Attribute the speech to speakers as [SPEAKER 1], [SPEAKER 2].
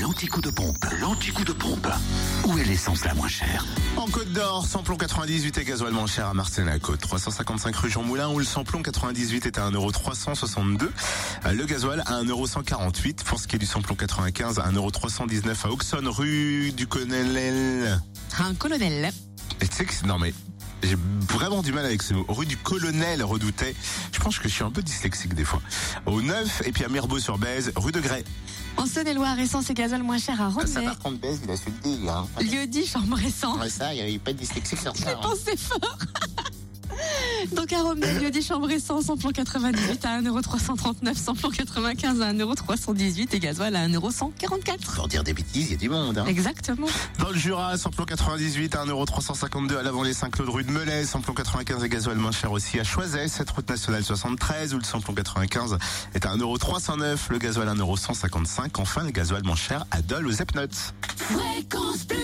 [SPEAKER 1] L'anti-coup de pompe, l'anti-coup de pompe. Où est l'essence la moins chère
[SPEAKER 2] En Côte d'Or, samplon 98 est gasoil moins cher à Marseille-la-Côte. 355 rue Jean Moulin où le samplon 98 est à 1,362€. Euh, Le gasoil à 1,148€. Pour ce qui est du samplon 95 à 1,319€ à Auxonne, rue du Colonel.
[SPEAKER 3] Un colonel.
[SPEAKER 2] Et tu sais que c'est- non mais j'ai vraiment du mal avec ce mot. Rue du Colonel redoutait. Je pense que je suis un peu dyslexique des fois. Au 9 et puis à Mirbeau-sur-Bèze, rue de Grès.
[SPEAKER 3] En Saône-et-Loire, essence et gazole moins cher à
[SPEAKER 2] Ah,
[SPEAKER 3] Rondenay.
[SPEAKER 2] contre Bèze, il a su le dire. Hein.
[SPEAKER 3] Lieu dit chambre essence.
[SPEAKER 2] ça, il n'y avait pas de dyslexique sur ça. hein.
[SPEAKER 3] Pensez fort. Donc à Romney, lieu dit chambre essence, samplon 98 à 1,339€, samplon 95 à 1,318€ et gasoil à 1,144€.
[SPEAKER 2] Pour dire des bêtises, il y a du monde. Hein.
[SPEAKER 3] Exactement.
[SPEAKER 2] Dans le Jura, samplon 98 à 1,352€ à l'avant les Saint-Claude rue de Melay, samplon 95 et gasoil moins cher aussi à Choiset, cette route nationale 73 où le samplon 95 est à 1,309€, le gasoil à 1,155€, enfin le gasoil moins cher à Dole aux Epnotes.
[SPEAKER 4] Fréquence Plus.